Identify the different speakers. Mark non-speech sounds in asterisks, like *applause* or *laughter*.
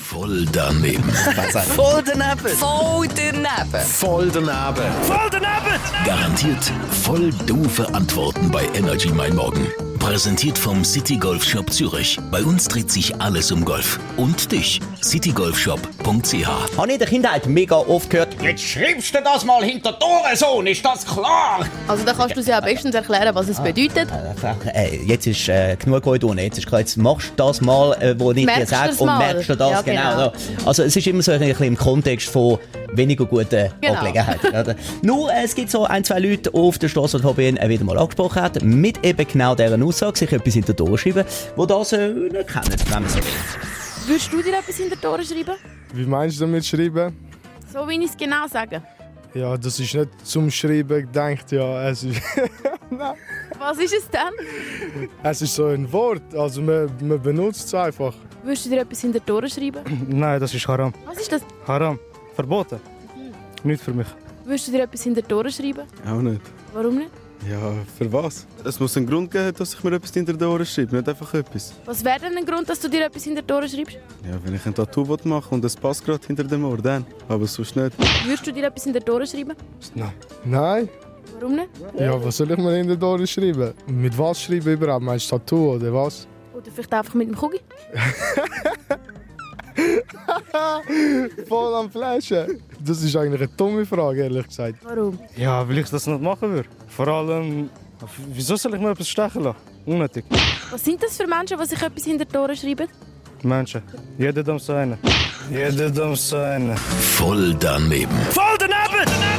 Speaker 1: Voll daneben.
Speaker 2: Voll daneben.
Speaker 3: Voll daneben.
Speaker 1: Voll daneben.
Speaker 2: Voll daneben.
Speaker 1: Garantiert voll doofe Antworten bei Energy Mein Morgen. Präsentiert vom City Golf Shop Zürich. Bei uns dreht sich alles um Golf. Und dich, citygolfshop.ch.
Speaker 4: Habe ich in der Kindheit mega oft gehört.
Speaker 5: Jetzt schreibst du das mal hinter Tore, Sohn, ist das klar?
Speaker 6: Also dann kannst du sie ja bestens erklären, was
Speaker 7: Ah.
Speaker 6: es bedeutet.
Speaker 4: Äh, jetzt ist äh, genug gut ohne. Jetzt ist klar, jetzt machst du das mal, äh, wo ich
Speaker 6: Merkst
Speaker 4: dir sage,
Speaker 6: du's
Speaker 4: und
Speaker 6: mal?
Speaker 4: merkst du das
Speaker 6: Ja, genau.
Speaker 4: so. Also es ist immer so ein bisschen im Kontext von weniger guten
Speaker 6: Genau.
Speaker 4: Angelegenheiten. Oder? *laughs* Nur äh, es gibt so ein, zwei Leute auf der Straße, die Fabian äh, wieder mal angesprochen hat, mit eben genau dieser Aussage, sich etwas hinter die Ohren schreiben, die das äh, nicht kennen, wenn man so will.
Speaker 6: Würdest du dir etwas hinter die Ohren schreiben?
Speaker 8: Wie meinst du damit schreiben?
Speaker 6: So wie ich es genau sage.
Speaker 8: Ja, das ist nicht zum Schreiben gedacht, ja. Es ist, *laughs*
Speaker 6: Was ist es denn?
Speaker 8: es ist so ein Wort, also man, man benutzt es einfach.
Speaker 6: Würdest du dir etwas hinter die Ohren schreiben?
Speaker 7: *clears throat* Nein, das ist haram.
Speaker 6: Was ist das? Mhm.
Speaker 7: Haram. Verboten. Nicht für mich.
Speaker 6: Würdest du dir etwas hinter die Ohren schreiben?
Speaker 9: Auch nicht.
Speaker 6: Warum nicht?
Speaker 9: Ja, für was? Es muss einen Grund geben, dass ich mir etwas hinter die Ohren schreibe, nicht einfach etwas.
Speaker 6: Was wäre denn ein Grund, dass du dir etwas hinter die Ohren schreibst?
Speaker 9: Ja, wenn ich ein Tattoo machen will und es passt gerade hinter dem Ohr, dann. Aber sonst nicht.
Speaker 6: Würdest du dir etwas hinter die Ohren schreiben?
Speaker 8: Nein?
Speaker 6: Warum nicht?
Speaker 8: Ja, was soll ich mir in den Ohren schreiben? Mit was schreiben überhaupt? Meinst du Tattoo oder was?
Speaker 6: Oder vielleicht einfach mit dem Kugel?
Speaker 8: Voll am Flaschen. Das ist eigentlich eine dumme Frage, ehrlich gesagt.
Speaker 6: Warum?
Speaker 7: Ja, weil ich das nicht machen würde. Vor allem, ehm, wieso soll ich mir etwas stechen lassen? Unnötig.
Speaker 6: Was sind das für Menschen, die sich etwas hinter die Ohren schreiben?
Speaker 7: Menschen. Jeder darf seine. Jeder darf seine.
Speaker 1: Voll daneben.
Speaker 2: Voll daneben.